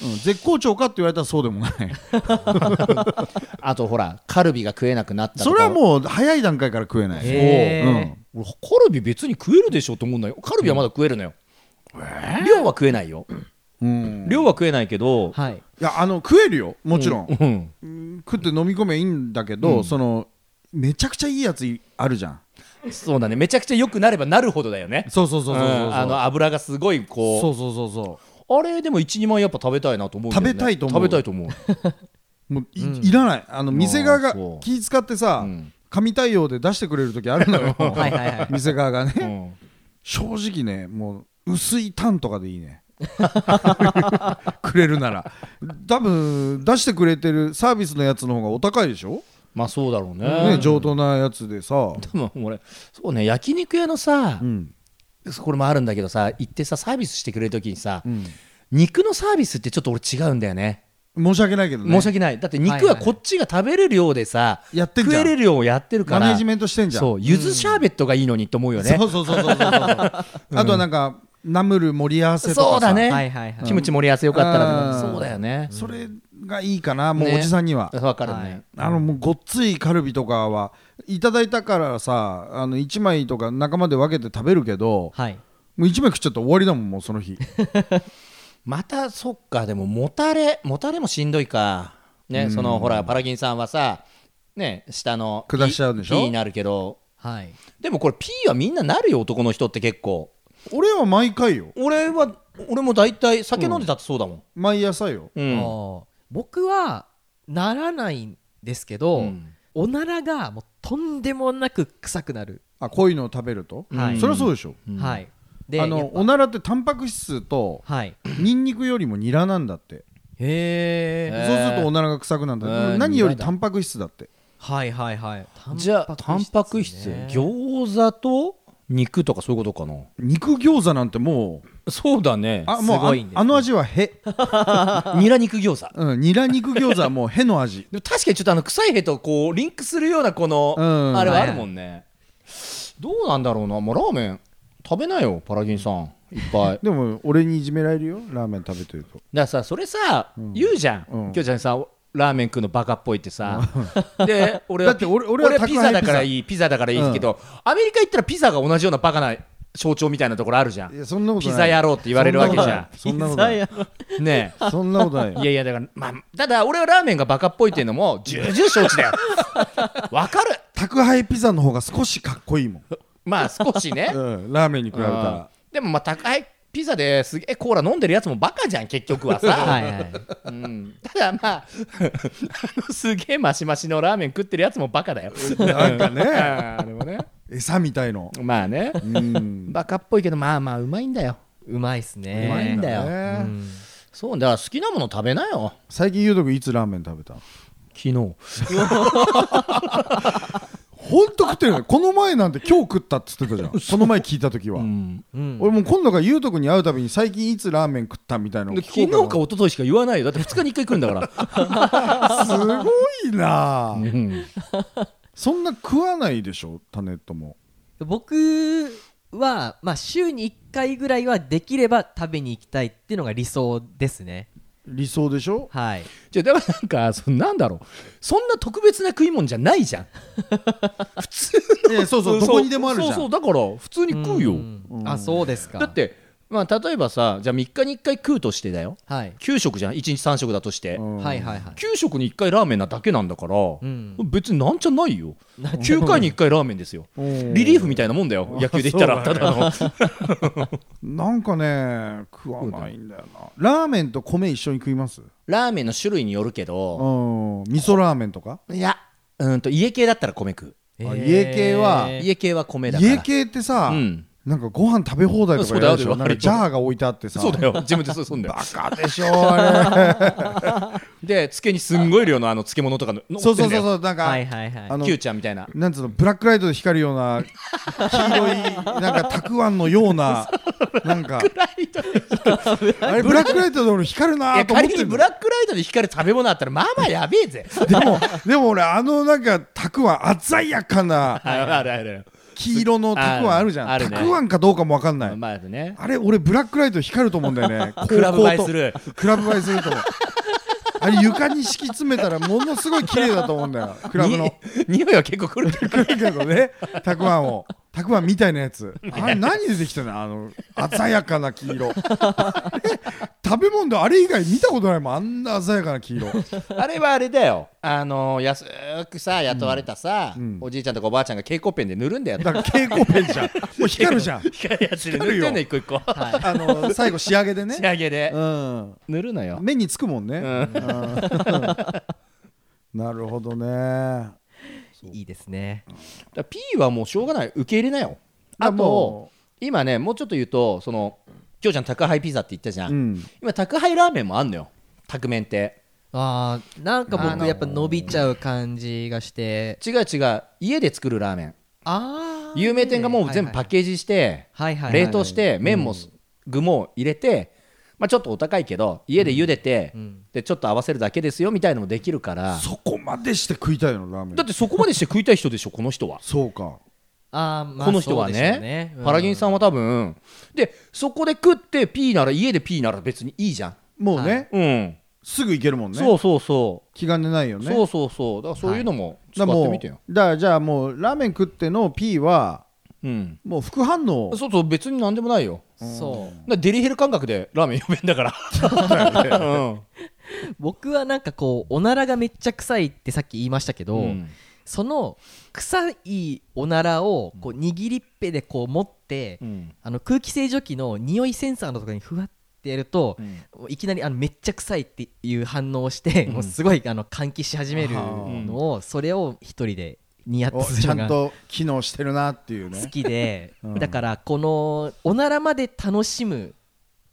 Speaker 4: うん、絶好調かって言われたらそうでもない
Speaker 3: あとほらカルビが食えなくなったとか
Speaker 4: それはもう早い段階から食えない、
Speaker 2: へー
Speaker 3: 俺カルビ別に食えるでしょと思うんだよカルビはまだ食えるのよ、量は食えないよ、
Speaker 4: うん、い
Speaker 3: 量は食えないけど、
Speaker 2: はい
Speaker 4: やあの食えるよもちろん、
Speaker 3: うん、
Speaker 4: 食って飲み込めばいいんだけど、そのめちゃくちゃいいやついあるじゃん
Speaker 3: そうだねめちゃくちゃ良くなればなるほどだよね
Speaker 4: そうそうそうそうそう
Speaker 3: うんあの油がすごいこう
Speaker 4: そうそうそうそ
Speaker 3: あれでも12枚やっぱ食べたいなと思うけどね、
Speaker 4: 食べたいと思
Speaker 3: 食
Speaker 4: う
Speaker 3: べたいと 思う
Speaker 4: うもうい,、いらないあの店側
Speaker 3: あー
Speaker 4: が
Speaker 3: そう
Speaker 4: 気使ってさ、
Speaker 3: ん
Speaker 4: 紙対応で出してくれる時あるのよ
Speaker 2: はいはいはい
Speaker 4: 店側がね、
Speaker 3: うん
Speaker 4: 正直ねもう薄いタンとかでいい ねくれるなら多分出してくれてるサービスのやつの方がお高いでしょ、
Speaker 3: まあそうだろうね
Speaker 4: ね、上等なやつでさ、
Speaker 3: でも俺そうね焼肉屋のさ、
Speaker 4: うん
Speaker 3: これもあるんだけどさ行ってさサービスしてくれる時にさ、
Speaker 4: うん、
Speaker 3: 肉のサービスってちょっと俺違うんだよね
Speaker 4: 申し訳ないけどね
Speaker 3: 申し訳ないだって肉はこっちが食べれる量でさ、
Speaker 4: やってんじゃん
Speaker 3: 食えれる量をやってるから
Speaker 4: マネジメントしてんじゃん
Speaker 3: そうゆずシャーベットがいいのにと思うよね、
Speaker 4: そうそうそうそうそう そうあとはなんかナムル盛り合わせとか さ
Speaker 3: そうだね、
Speaker 2: はいはいはい
Speaker 3: キムチ盛り合わせよかったら
Speaker 4: うん
Speaker 3: そうだよね
Speaker 4: それがいいかなもうおじさんには、
Speaker 3: わかるね、
Speaker 2: はい
Speaker 4: あのもうごっついカルビとかはいただいたからさあの1枚とか仲間で分けて食べるけど
Speaker 2: はい
Speaker 4: もう1枚食っちゃったら終わりだもんもうその 日
Speaker 3: またそっかでももたれもたれもしんどいかねそのほらパラギンさんはさね下の
Speaker 4: 下しちゃうでしょ
Speaker 3: P になるけど
Speaker 2: はい
Speaker 3: でもこれ P はみんななるよ男の人って結構
Speaker 4: 俺は毎回よ
Speaker 3: 俺は俺も大体酒飲んでたってそうだもん、
Speaker 4: 毎朝よ
Speaker 3: う
Speaker 2: あ
Speaker 3: ん
Speaker 2: ー僕はならないんですけど、
Speaker 3: うん
Speaker 2: おならがもうとんでもなく臭くなる、
Speaker 4: あこういうのを食べると、
Speaker 2: はい
Speaker 4: そりゃそうでしょ、
Speaker 2: はいで
Speaker 4: あ
Speaker 2: やっ
Speaker 4: の
Speaker 2: ぱ
Speaker 4: おならってタンパク質と
Speaker 2: はい
Speaker 4: ニンニクよりもニラなんだって
Speaker 2: へ
Speaker 4: そう
Speaker 2: え
Speaker 3: ー
Speaker 4: するとおならが臭くなんだ
Speaker 3: えー
Speaker 4: 何より
Speaker 3: ニラだ
Speaker 4: タンパク質だって
Speaker 2: はいはいはい
Speaker 3: じゃあタンパク質
Speaker 2: ね
Speaker 3: 餃子と肉とかそういうことかな
Speaker 4: 肉餃子なんてもう
Speaker 3: そうだね
Speaker 4: あもう
Speaker 2: すごいんですね
Speaker 4: ああの味はへ、
Speaker 3: ニラ肉餃子
Speaker 4: うん、ニラ肉餃子はもうへの 味
Speaker 3: でも確かにちょっとあの臭いヘとこうリンクするようなこの、
Speaker 4: うん
Speaker 3: あれはあるもんね、どうなんだろうなもうラーメン食べなよパラギンさんいっぱい だか
Speaker 4: でも俺にいじめられるよラーメン食べてると
Speaker 3: らさそれさ、言うじゃん、
Speaker 4: うん
Speaker 3: 今日ちゃんさラーメン食うのバカっぽいって さ、で俺は
Speaker 4: だって俺俺は
Speaker 3: ピ
Speaker 4: 宅
Speaker 3: ザ
Speaker 4: 配
Speaker 3: だからいいピザだからいいけど、アメリカ行ったらピザが同じようなバカな象徴みたいなところあるじゃ
Speaker 4: い
Speaker 3: ん
Speaker 4: やそんなこと
Speaker 3: ピ
Speaker 4: ない
Speaker 3: ザ野郎って言われるわけじゃ
Speaker 4: そんなことない
Speaker 3: んねえ
Speaker 4: そんなことない
Speaker 3: いやいやだからまあただ俺はラーメンがバカっぽいっていうのも重々承 知だよわかる
Speaker 4: 宅配ピザの方が少しかっこいいもん、
Speaker 3: まあ少しね
Speaker 4: うん、ラーメンに比べたら
Speaker 3: でもまあ高いピザですげえコーラ飲んでるやつもバカじゃん結局はさ、
Speaker 2: はいはい
Speaker 3: うん、ただまあ あのすげえマシマシのラーメン食ってるやつもバカだよ
Speaker 4: なん か
Speaker 3: うん
Speaker 4: ね
Speaker 3: あれもね
Speaker 4: 餌みたいの
Speaker 3: まあね
Speaker 4: うん
Speaker 3: バカっぽいけどまあまあうまいんだよ
Speaker 2: うまいっすね
Speaker 3: うまいんだよ
Speaker 4: ね
Speaker 2: うん
Speaker 3: そうだから好きなもの食べなよ
Speaker 4: 最近ゆうとくんいつラーメン食べた
Speaker 3: 昨日
Speaker 4: ほんと食ってるよねこの前なんて今日食ったっつってたじ ゃんこの前聞いた時は、
Speaker 3: うん
Speaker 2: うん
Speaker 4: 俺もう今度からゆうとくんに会うたびに最近いつラーメン食ったみたいなの
Speaker 3: で
Speaker 4: を
Speaker 3: 昨日
Speaker 4: 聞
Speaker 3: か
Speaker 4: こう
Speaker 3: 一昨日しか言わないよだって2日に1回来るんだから
Speaker 4: なすごいなあ、
Speaker 3: ん
Speaker 4: そんな食わないでしょタネットも
Speaker 2: 僕は、まあ、週に1回ぐらいはできれば食べに行きたいっていうのが理想ですね
Speaker 4: 理想でしょ
Speaker 2: はい
Speaker 3: じゃあだからなんかそのなんだろうそんな特別な食い物じゃないじゃん普通の
Speaker 4: ええそうそうどこにでもあるじゃん
Speaker 3: そうそうだから普通に食うよ、
Speaker 2: んあそうですか
Speaker 3: だってまあ例えばさじゃあ3日に1回食うとしてだよ
Speaker 2: はい
Speaker 3: 9食じゃん1日3食だとして、
Speaker 4: うん
Speaker 2: はいはいはい
Speaker 3: 9食に1回ラーメンなだけなんだから、
Speaker 2: ん
Speaker 3: 別になんちゃないよ9回に1回ラーメンですよリリーフみたいなもんだよ野球で言ったらただの
Speaker 4: なんかね食わないんだよなラーメンと米一緒に食います
Speaker 3: ラーメンの種類によるけ
Speaker 4: う
Speaker 3: ど、
Speaker 4: ん味噌ラーメンとか
Speaker 3: いやうんと家系だったら米食う
Speaker 2: えー
Speaker 4: 家系は
Speaker 2: えー
Speaker 3: 家系は米だから
Speaker 4: 家系ってさ
Speaker 3: うん
Speaker 4: なんかご飯食べ放題とかやるでし
Speaker 3: そ
Speaker 4: ょ
Speaker 3: うだよ
Speaker 4: なんかジャーが置いてあってさ
Speaker 3: そうだよ自分でそうそうだよ
Speaker 4: バカでしょあれ
Speaker 3: でつけにすんごい量のあの漬物とかの
Speaker 4: そうそうそう
Speaker 3: う
Speaker 4: そうなんか
Speaker 2: はいはいはい
Speaker 4: あの
Speaker 3: キューちゃんみたいな
Speaker 4: なんつうのブラックライトで光るような黄色いなんかたくあんのようななんかあれブラックライトで俺光る
Speaker 3: い
Speaker 4: な
Speaker 3: や
Speaker 4: と思っ
Speaker 3: 仮
Speaker 4: て
Speaker 3: に
Speaker 4: ん
Speaker 3: ブ
Speaker 4: の
Speaker 3: ラックライトで光る食べ物あったらまあまあやべえぜ
Speaker 4: でもでも俺あのなんかたくあん鮮やかな
Speaker 3: あるあるある
Speaker 4: 黄色のたくあんあるじゃ
Speaker 3: あ
Speaker 4: ん
Speaker 3: るね
Speaker 4: たくあんかどうかも分かんない
Speaker 3: まあね
Speaker 4: あれ俺ブラックライト光ると思うんだよね
Speaker 3: クラブ映え
Speaker 4: 高校と
Speaker 3: する
Speaker 4: クラブ映えすると思うあれ床に敷き詰めたらものすごい綺麗だと思うんだよクラブの
Speaker 3: に 匂いは結構くるけど
Speaker 4: 来るけどねたくあんをたくあんみたいなやつあれ何でできたのあの鮮やかな黄色あれ食べ物であれ以外見たことないもんあんな鮮やかな黄色
Speaker 3: あれはあれだよ。あの安くさ、雇われたさ、
Speaker 4: ん
Speaker 3: おじいちゃんとかおばあちゃんが蛍光ペンで塗るんだよ。
Speaker 4: だから蛍光ペンじゃんもう光るじゃん
Speaker 3: 光るやつで塗
Speaker 4: 光る
Speaker 3: っ
Speaker 4: よ
Speaker 3: てんの、一個一個。
Speaker 4: あの最後仕上げで
Speaker 3: 仕
Speaker 4: ね、
Speaker 3: 上げで。
Speaker 4: うん、
Speaker 3: 塗るのよ。
Speaker 4: 目につくもんね、
Speaker 3: うん
Speaker 4: うんなるほどね
Speaker 2: いいですね
Speaker 3: だ P はもうしょうがない。受け入れなよ。あ
Speaker 4: だからも
Speaker 3: と、今ね、もうちょっと言うと、その、きょうちゃん宅配ピザって言ったじゃん。
Speaker 4: うん
Speaker 3: 今、宅配ラーメンもあんのよ。宅麺って。
Speaker 2: あーなんか
Speaker 3: あの
Speaker 2: 僕
Speaker 3: ー
Speaker 2: やっぱ伸びちゃう感じがして
Speaker 3: 違う違う。家で作るラーメン。
Speaker 2: ああ
Speaker 3: 有名店がもう全部パッケージして、
Speaker 2: はいはいはい
Speaker 3: 冷凍して麺も具も入れて、まあ、ちょっとお高いけど家で茹でて、
Speaker 2: うん
Speaker 3: でちょっと合わせるだけですよみたいのもできるから
Speaker 4: そこまでして食いたいのラーメン
Speaker 3: だってそこまでして食いたい人でしょこの人は、
Speaker 4: そうか
Speaker 2: あーまあ
Speaker 3: この人は
Speaker 2: そうでし
Speaker 3: ね
Speaker 2: ょうね
Speaker 3: パラギンさんは多分でそこで食って P なら家で P なら別にいいじゃん
Speaker 4: もうね、
Speaker 3: うん、
Speaker 4: すぐ行けるもんね
Speaker 3: そうそうそ
Speaker 4: 気兼ねないよ
Speaker 3: う、
Speaker 4: ね
Speaker 3: そうそうそうだからそういうのも使
Speaker 4: だ
Speaker 3: っ
Speaker 4: から
Speaker 3: て
Speaker 4: も
Speaker 3: み
Speaker 4: う
Speaker 3: てよ、
Speaker 4: だからじゃあもうラーメン食っての P は
Speaker 3: うん
Speaker 4: もう副反応
Speaker 3: そうそう別に何でもないよ
Speaker 2: うんそう
Speaker 3: だからデリヘル感覚でラーメン呼べんだ からうん
Speaker 2: 僕はなんかこうおならがめっちゃ臭いってさっき言いましたけど、
Speaker 3: うん
Speaker 2: その臭いおならをこう握りっぺでこう持って、
Speaker 3: うん
Speaker 2: あの空気清浄機の匂いセンサーのところにふわってやると、いきなりあのめっちゃ臭いっていう反応をして、もうすごいあの換気し始めるのを、それを一人でニヤッと
Speaker 4: お
Speaker 2: す
Speaker 4: ち
Speaker 2: る
Speaker 4: ゃ
Speaker 2: の
Speaker 4: ん
Speaker 2: が
Speaker 4: と機能してるなっていう
Speaker 2: 好
Speaker 4: ね
Speaker 2: きで、
Speaker 4: うん
Speaker 2: だからこのおならまで楽しむ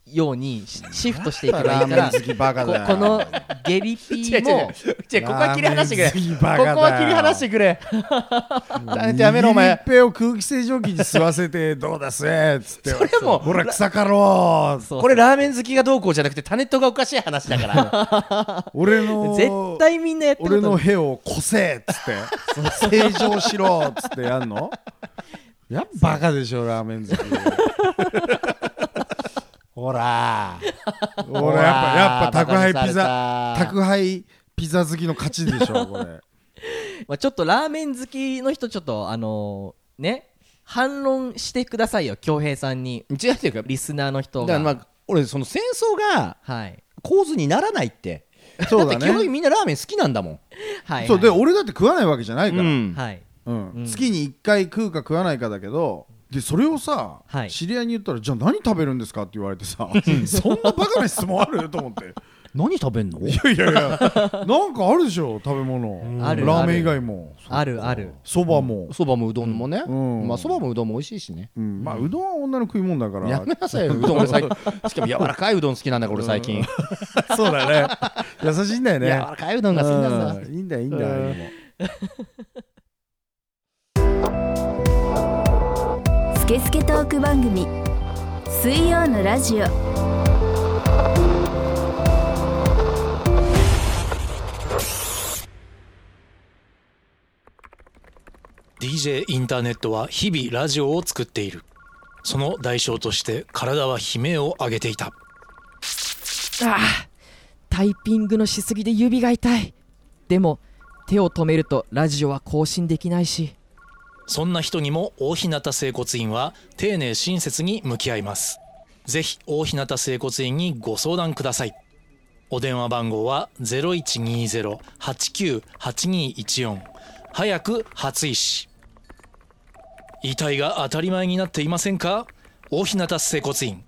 Speaker 2: ようにシシフトしていけばい
Speaker 4: ラー
Speaker 2: いか
Speaker 4: メン
Speaker 2: ら
Speaker 4: 好きバカ
Speaker 2: こ
Speaker 4: だよ
Speaker 2: このゲリピ
Speaker 3: 違う違う
Speaker 2: ーも
Speaker 3: 違うここは切り離してくれ
Speaker 4: ラーメン好きバカだよ
Speaker 3: ここは切り離してくれやめろお前
Speaker 4: 握りっぺを空気清浄機に吸わせてどうだすえっつって
Speaker 3: それも
Speaker 4: ほら臭かろう
Speaker 2: そう
Speaker 3: これラーメン好きがどうこうじゃなくてタネットがおかしい話だから
Speaker 4: 俺の
Speaker 2: 絶対みんなやってる
Speaker 4: 俺
Speaker 2: と
Speaker 4: の
Speaker 2: 思う
Speaker 4: 屁をこせっつって正常しろっつってやんのやっぱバカでしょラーメン好き
Speaker 3: ほら
Speaker 4: 俺やっぱやっぱ宅配ピ
Speaker 3: バカにさ
Speaker 4: ザ
Speaker 3: れた
Speaker 4: 宅配ピザ好きの勝ちでしょこれ
Speaker 2: まあ、ちょっとラーメン好きの人ちょっとあのーね反論してくださいよ恭平さんに
Speaker 3: 違うっていうか
Speaker 2: リスナーの人
Speaker 3: だ
Speaker 2: が
Speaker 3: からまあ俺その戦争が
Speaker 2: はい
Speaker 3: 構図にならないって
Speaker 4: そう
Speaker 3: だ
Speaker 4: だ
Speaker 3: って基本的
Speaker 4: ね
Speaker 3: にみんなラーメン好きなんだもん
Speaker 2: はい、はい、
Speaker 4: そうで俺だって食わないわけじゃないから、うん
Speaker 2: はいうん
Speaker 4: 月に1回食うか食わないかだけどでそれをさ、
Speaker 2: はい
Speaker 4: 知り合いに言ったらじゃあ何食べるんですかって言われてさそんなバカな質問あると思って
Speaker 3: 何食べんの
Speaker 4: いやいやいやなんかあるでしょ食べ物
Speaker 2: ある
Speaker 4: ラーメン以外も
Speaker 2: あるある
Speaker 4: そばも、
Speaker 3: そばもうどんもね、
Speaker 4: うん
Speaker 3: まあそばもうどんも美味しいしね
Speaker 4: うんまあうどんは女の食い物だから
Speaker 3: やめなさいようどん俺最 近しかも柔らかいうどん好きなんだから俺最近、
Speaker 4: そうだね 優しいんだよ
Speaker 3: 柔
Speaker 4: ね
Speaker 3: らかいうどんが好きなんだ
Speaker 4: うんいいんだよいいんだよ
Speaker 3: うん
Speaker 4: でも
Speaker 1: スケスケトーク番組水曜のラジオ
Speaker 5: 「DJ インターネット」は日々ラジオを作っているその代償として体は悲鳴を上げていた
Speaker 2: ああタイピングのしすぎで指が痛いでも手を止めるとラジオは更新できないし
Speaker 5: そんな人にも大日向整骨院は丁寧親切に向き合いますぜひ大日向整骨院にご相談くださいお電話番号は0120-89-8214早く初医師遺体が当たり前になっていませんか大日向整骨院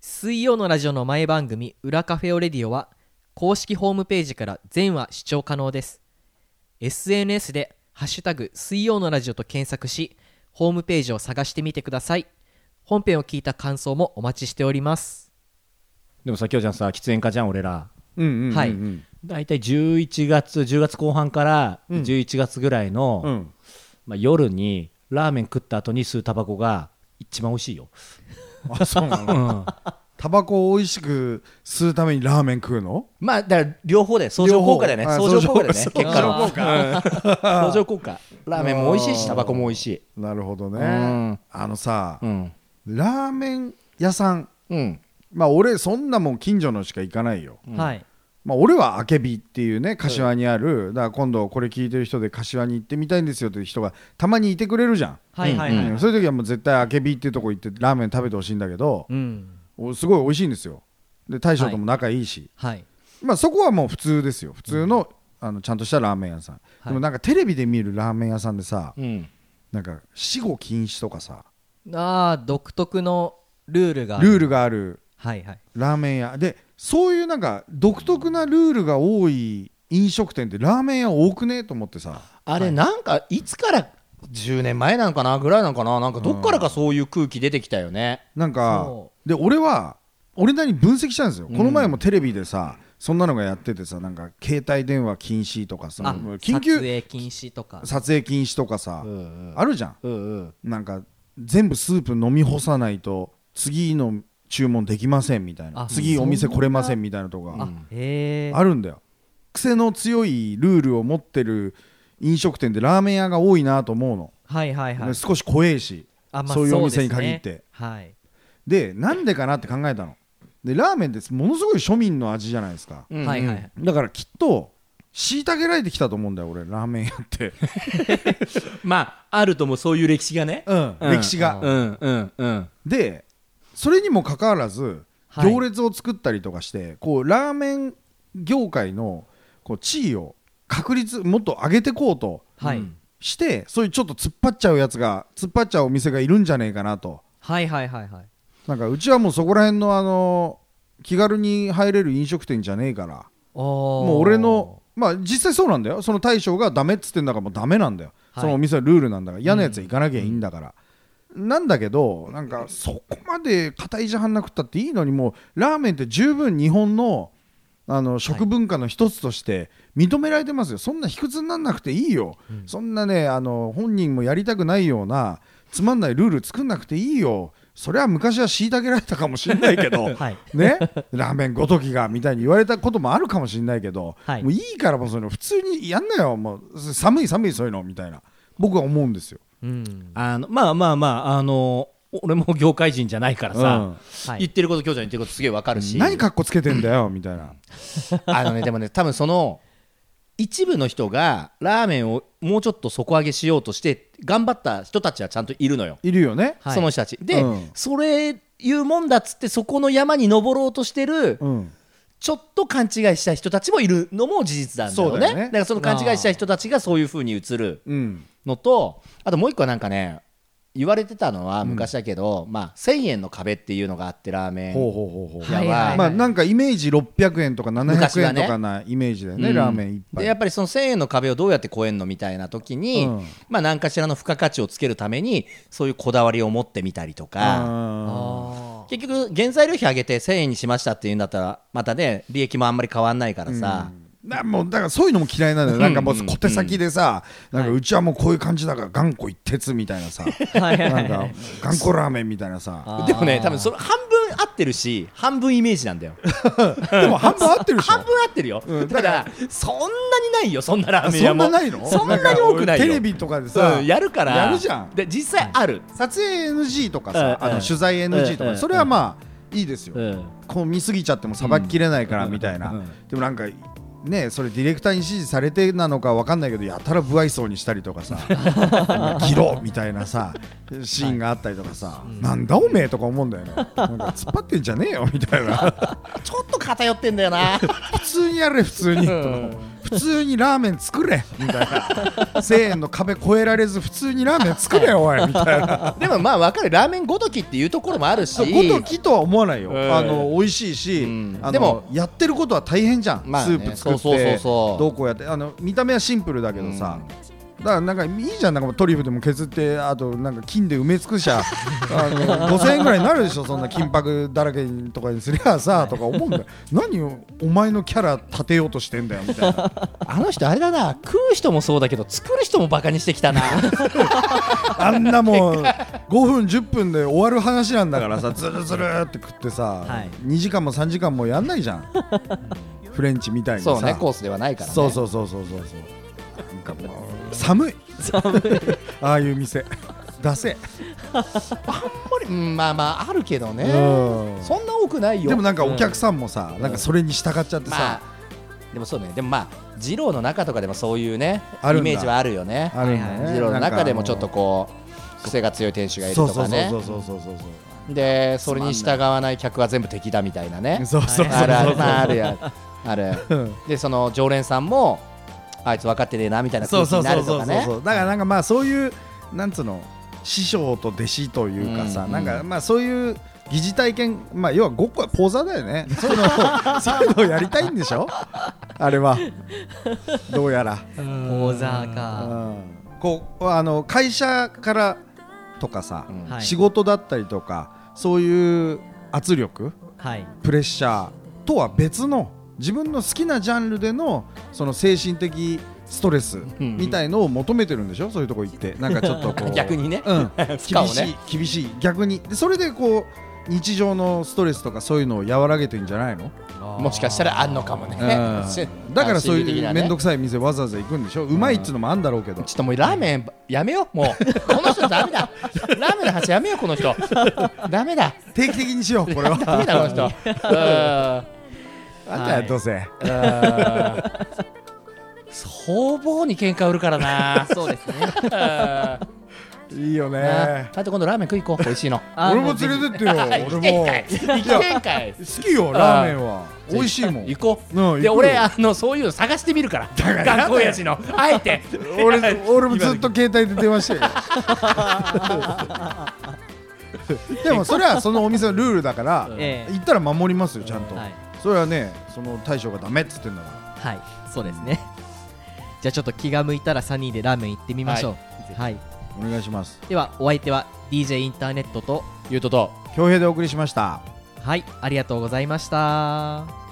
Speaker 2: 水曜のラジオの前番組「裏カフェオレディオ」は公式ホームページから全話視聴可能です SNS で「ハッシュタグ水曜のラジオ」と検索しホームページを探してみてください本編を聞いた感想もお待ちしております
Speaker 3: でもさきょうちゃんさ喫煙家じゃん俺ら
Speaker 4: うんうんうんうん
Speaker 2: はい
Speaker 3: 大体11月10月後半から11月ぐらいの、
Speaker 4: うん
Speaker 3: まあ、夜にラーメン食った後に吸うタバコが一番美味しいよ、
Speaker 4: あそうなのタバコを美味しく吸うためにラーメン食うの
Speaker 3: まあだから両方で相乗効果だよね
Speaker 4: 両方
Speaker 3: 相乗効果だよね結
Speaker 4: あ相乗
Speaker 3: 果論
Speaker 4: 相乗効果
Speaker 3: 相乗効果ラーメンも美味しいしタバコも美味しい
Speaker 4: なるほどね
Speaker 3: うん
Speaker 4: あのさ
Speaker 3: うん
Speaker 4: ラーメン屋さん
Speaker 3: うん
Speaker 4: まあ俺そんなもん近所のしか行かないよ
Speaker 2: はい
Speaker 4: まあ俺はあけびっていうね柏にあるだから今度これ聞いてる人で柏に行ってみたいんですよという人がたまにいてくれるじゃん
Speaker 2: はいはいは
Speaker 4: うん
Speaker 2: い
Speaker 4: そういう時はもう絶対あけびっていうとこ行ってラーメン食べてほしいんだけど
Speaker 2: うん
Speaker 4: おすごい美味しいんですよで大将とも仲いいし
Speaker 2: はい
Speaker 4: まあそこはもう普通ですよ普通のあのちゃんとしたラーメン屋さん
Speaker 2: い
Speaker 4: でもなんかテレビで見るラーメン屋さんでさ
Speaker 3: うん
Speaker 4: なんか死後禁止とかさ
Speaker 2: ああ独特のルールがある
Speaker 4: ルールがある
Speaker 2: はいはい
Speaker 4: ラーメン屋でそういうなんか独特なルールが多い飲食店ってラーメン屋多くねと思ってさ
Speaker 3: あれなんかいつから10年前なのかなぐらいなのかななんかどっからかそういう空気出てきたよね、
Speaker 4: なんか
Speaker 2: そ
Speaker 4: で俺は俺なりに分析したんですよ、この前もテレビでさそんなのがやっててさなんか携帯電話禁止とかさ
Speaker 2: あ
Speaker 4: もう
Speaker 2: 撮
Speaker 4: 緊急
Speaker 2: 影禁止とか
Speaker 4: 撮影禁止とかさ、
Speaker 3: ん
Speaker 4: あるじゃん
Speaker 3: うんうん
Speaker 4: なんか全部スープ飲み干さないと次の注文できませんみたいな
Speaker 2: あ
Speaker 4: 次お店来れませんみたいなとか
Speaker 2: あへえ
Speaker 4: あるんだよ癖の強いルールを持ってる飲食店でラーメン屋が多いなと思うの、
Speaker 2: はいはいはい
Speaker 4: で少し怖えし
Speaker 2: あまあ
Speaker 4: そういうお
Speaker 2: ですね
Speaker 4: 店に限って
Speaker 2: はい
Speaker 4: でなんでかなって考えたのでラーメンってものすごい庶民の味じゃないですか
Speaker 3: うんうん
Speaker 2: はいはいはい
Speaker 4: だからきっと虐げられてきたと思うんだよ俺ラーメン屋って、
Speaker 3: まああるともそういう歴史がねうん
Speaker 4: 歴史が、
Speaker 3: うんうんうん
Speaker 4: でそれにもかかわらず
Speaker 2: はい
Speaker 4: 行列を作ったりとかして、こうラーメン業界のこう地位を確立もっと上げてこうと
Speaker 2: はい
Speaker 4: してそういうちょっと突っ張っちゃうやつが突っ張っちゃうお店がいるんじゃねえかなと
Speaker 2: はいはいはいはい
Speaker 4: なんかうちはもうそこら辺のあの気軽に入れる飲食店じゃねえからも
Speaker 2: も
Speaker 4: う俺のまあ実際そうなんだよその大将がダメっつってんだからもうダメなんだよ、
Speaker 2: はい
Speaker 4: そのお店はルールなんだから嫌なやつは行かなきゃいいんだから、なんだけどなんかそこまで固いじゃはんなくったっていいのにもうラーメンって十分日本のあの食文化の一つとして認められてますよ、そんな卑屈になんなくていいよ、そんなねあの本人もやりたくないようなつまんないルール作んなくていいよそれは昔は虐げられたかもしれないけど、
Speaker 2: はい
Speaker 4: ね、 ラーメンごときがみたいに言われたこともあるかもしれないけど、
Speaker 2: はい
Speaker 4: もういいからもうそういうの普通にやんなよもう寒い寒いそういうのみたいな僕は思うんですよ。
Speaker 2: うん
Speaker 3: あのまあまあまああの俺も業界人じゃないからさ、
Speaker 2: は
Speaker 3: 言っ
Speaker 2: い
Speaker 3: てること京ちゃん言ってることすげえわかるし
Speaker 4: 何かっこつけてんだよみたいな。
Speaker 3: あのねでもね多分その一部の人がラーメンをもうちょっと底上げしようとして頑張った人たちはちゃんといるのよ、
Speaker 4: いるよね。
Speaker 2: はい
Speaker 3: その人たちで、
Speaker 4: うん
Speaker 3: それいうもんだっつってそこの山に登ろうとしてる、
Speaker 4: うん、
Speaker 3: ちょっと勘違いした人たちもいるのも事実なんだよ
Speaker 4: そう
Speaker 3: ね
Speaker 4: だ
Speaker 3: だ
Speaker 4: よね
Speaker 3: からその勘違いした人たちがそういうふうに映る
Speaker 4: うん、
Speaker 3: のとあともう一個はなんかね言われてたのは昔だけど、まあ、1000円の壁っていうのがあってラーメン
Speaker 4: ほうほうほうほう。
Speaker 3: 屋は、
Speaker 2: はいはいはい
Speaker 4: まあなんかイメージ600円とか
Speaker 3: 昔
Speaker 4: 700
Speaker 3: は
Speaker 4: 円
Speaker 3: ね
Speaker 4: とかなイメージだよね、
Speaker 3: うん
Speaker 4: ラーメン一
Speaker 3: でやっ
Speaker 4: 杯。
Speaker 3: ぱりその1000円の壁をどうやって超えんのみたいな時に、
Speaker 4: うん
Speaker 3: まあ何かしらの付加価値をつけるためにそういうこだわりを持ってみたりとか
Speaker 4: あ
Speaker 2: あ
Speaker 3: 結局原材料費上げて1000円にしましたっていうんだったらまたね利益もあんまり変わんないからさ、
Speaker 4: ーなもうだからそういうのも嫌いなのよ、なんかもう小手先でさ、なんかうちはもうこういう感じだから頑固一徹みたいなさ、
Speaker 2: ーはいはいは
Speaker 4: ないんか頑固ラーメンみたいなさ、
Speaker 3: でもね多分その半分合ってるし半分イメージなんだよ
Speaker 4: でも半分合ってるでしょ
Speaker 3: 半分合ってるよ、だからそんなにないよそんなラーメン
Speaker 4: そ
Speaker 3: 屋
Speaker 4: ん
Speaker 3: も
Speaker 4: なないの
Speaker 3: そんなに多くないよ
Speaker 4: テレビとかでさ、
Speaker 3: うんやるから
Speaker 4: やるじゃん
Speaker 3: で実際ある、
Speaker 4: 撮影 NG とか
Speaker 3: うんうん
Speaker 4: さ、あの取材 NG と
Speaker 3: う
Speaker 4: か
Speaker 3: ん
Speaker 4: それはまあいいですよ
Speaker 3: うん
Speaker 4: こう見すぎちゃってもさばききれないからみたいなでもなんかねそれディレクターに指示されてなのかわかんないけどやたら不愛想にしたりとか さ切ろうみたいなさシーンがあったりとかさ、なんだおめえとか思うんだよねなんか突っ張ってんじゃねえよみたいな
Speaker 3: ちょっと偏ってんだよな
Speaker 4: 普通にやれ普通に、普通にラーメン作れみたいな1000円の壁越えられず普通にラーメン作れおいみたいな
Speaker 3: でもまあ分かるラーメンごときっていうところもあるし
Speaker 4: そうごときとは思わないよ、
Speaker 3: うん
Speaker 4: あの美味しいし、
Speaker 3: うん
Speaker 4: あの
Speaker 3: でも
Speaker 4: やってることは大変じゃん、
Speaker 3: まあ
Speaker 4: ス
Speaker 3: ね
Speaker 4: ープ作って
Speaker 3: そうそうそうそう
Speaker 4: どうこうやってあの見た目はシンプルだけどさ、だからなんかいいじゃんなんかトリュフでも削ってあとなんか金で埋め尽く しゃあの5000円ぐらいになるでしょそんな金箔だらけにとかにすりゃさとか思うんだよ何をお前のキャラ立てようとしてんだよみたいな
Speaker 3: あの人あれだな食う人もそうだけど作る人もバカにしてきた な
Speaker 4: あんなもん5分10分で終わる話なんだからさずるずるって食ってさ、
Speaker 2: はい
Speaker 4: 2時間も3時間もやんないじゃんフレンチみたいにさ
Speaker 3: そうねコースではないからね
Speaker 4: そうそうそうそうそうそう。なんかもう寒い。 ああいう店。出せ。
Speaker 3: やっぱりうんまあまああるけどね
Speaker 4: うん
Speaker 3: そんな多くないよ
Speaker 4: でもなんかお客さんもさ、なんかそれに従っちゃって
Speaker 3: まあ
Speaker 4: さ、
Speaker 3: でもそうねでもまあ二郎の中とかでもそういうね
Speaker 4: ある
Speaker 3: イ
Speaker 4: んだ
Speaker 3: メージはあるよね
Speaker 4: あるんだ
Speaker 2: はいは
Speaker 4: ね。
Speaker 3: 二郎の中でもちょっ
Speaker 4: な
Speaker 3: と
Speaker 4: んか
Speaker 3: こう癖が強い店主がい
Speaker 4: あの
Speaker 3: る
Speaker 4: そう
Speaker 3: とか
Speaker 4: そうそう
Speaker 3: ね
Speaker 4: そうそうそうそう
Speaker 3: でそれに従わない客は全部敵だみたいなね
Speaker 4: そう。そうそうそう。
Speaker 3: あるあるまああるやある
Speaker 4: うん
Speaker 3: でその常連さんもあいつ分かってねえなみたいな
Speaker 4: そ
Speaker 3: 空気に
Speaker 4: うそう
Speaker 3: な
Speaker 4: そう
Speaker 3: る
Speaker 4: そ
Speaker 3: と
Speaker 4: う
Speaker 3: か
Speaker 4: そう
Speaker 3: ね
Speaker 4: そう。だからなんかまあそういうなんつうの師匠と弟子というかさ、
Speaker 3: うん
Speaker 4: なんかまあそういう疑似体験、まあ要はごっこは講座だよね。そういうのを そういうのをやりたいんでしょ。あれはどうやら。
Speaker 2: 講座か
Speaker 4: こうあの会社からとかさ、
Speaker 3: うん
Speaker 2: はい
Speaker 4: 仕事だったりとかそういう圧力
Speaker 2: はい
Speaker 4: プレッシャーとは別の自分の好きなジャンルでのその精神的ストレス
Speaker 3: ん
Speaker 4: みたいのを求めてるんでしょそういうとこ行ってなんかちょっとこう
Speaker 3: 逆にね
Speaker 4: うん、
Speaker 3: 負荷を
Speaker 4: 厳し
Speaker 3: ね
Speaker 4: い厳しい逆にでそれでこう日常のストレスとかそういうのを和らげてんじゃないの
Speaker 3: もしかしたらあんのかもね
Speaker 4: うんだからそういう面倒
Speaker 3: く
Speaker 4: くさい店わざわざ行くんでしょうまいっつうのもあんだろうけど
Speaker 3: ちょっともうラーメンやめようもうこの人ダメ だラーメンの話やめようこの人ダメだ
Speaker 4: 定期的にしようこ れは
Speaker 3: ダメだこの人
Speaker 4: あんたはどうせ
Speaker 3: うーん方々に喧嘩売るからな
Speaker 2: そうですね
Speaker 4: いいよ
Speaker 3: あ
Speaker 4: ね
Speaker 3: と今度ラーメン食い行こう美味しいの
Speaker 2: あー
Speaker 4: 俺も
Speaker 2: うぜひ
Speaker 4: 連れ てってよ俺も
Speaker 3: 行けんかい
Speaker 4: 好きよラーメンは美味しいもん
Speaker 3: 行こう、
Speaker 4: うん
Speaker 3: で
Speaker 4: 行こうよ
Speaker 3: 俺あのそういうの探してみるから学校親父のあえて
Speaker 4: 俺俺もずっと携帯で電話し てるでもそれはそのお店のルールだから
Speaker 2: ええ
Speaker 4: 行ったら守りますよちゃんと
Speaker 2: はい
Speaker 4: それはねその大将がダメっつってんだか
Speaker 2: はいそうですね じゃあちょっと気が向いたら3人でラーメン行ってみましょうはい、
Speaker 4: らお願いします
Speaker 2: ではお相手は DJ インターネットと
Speaker 3: 言うとと
Speaker 4: 恭平でお送りしました
Speaker 2: はいありがとうございました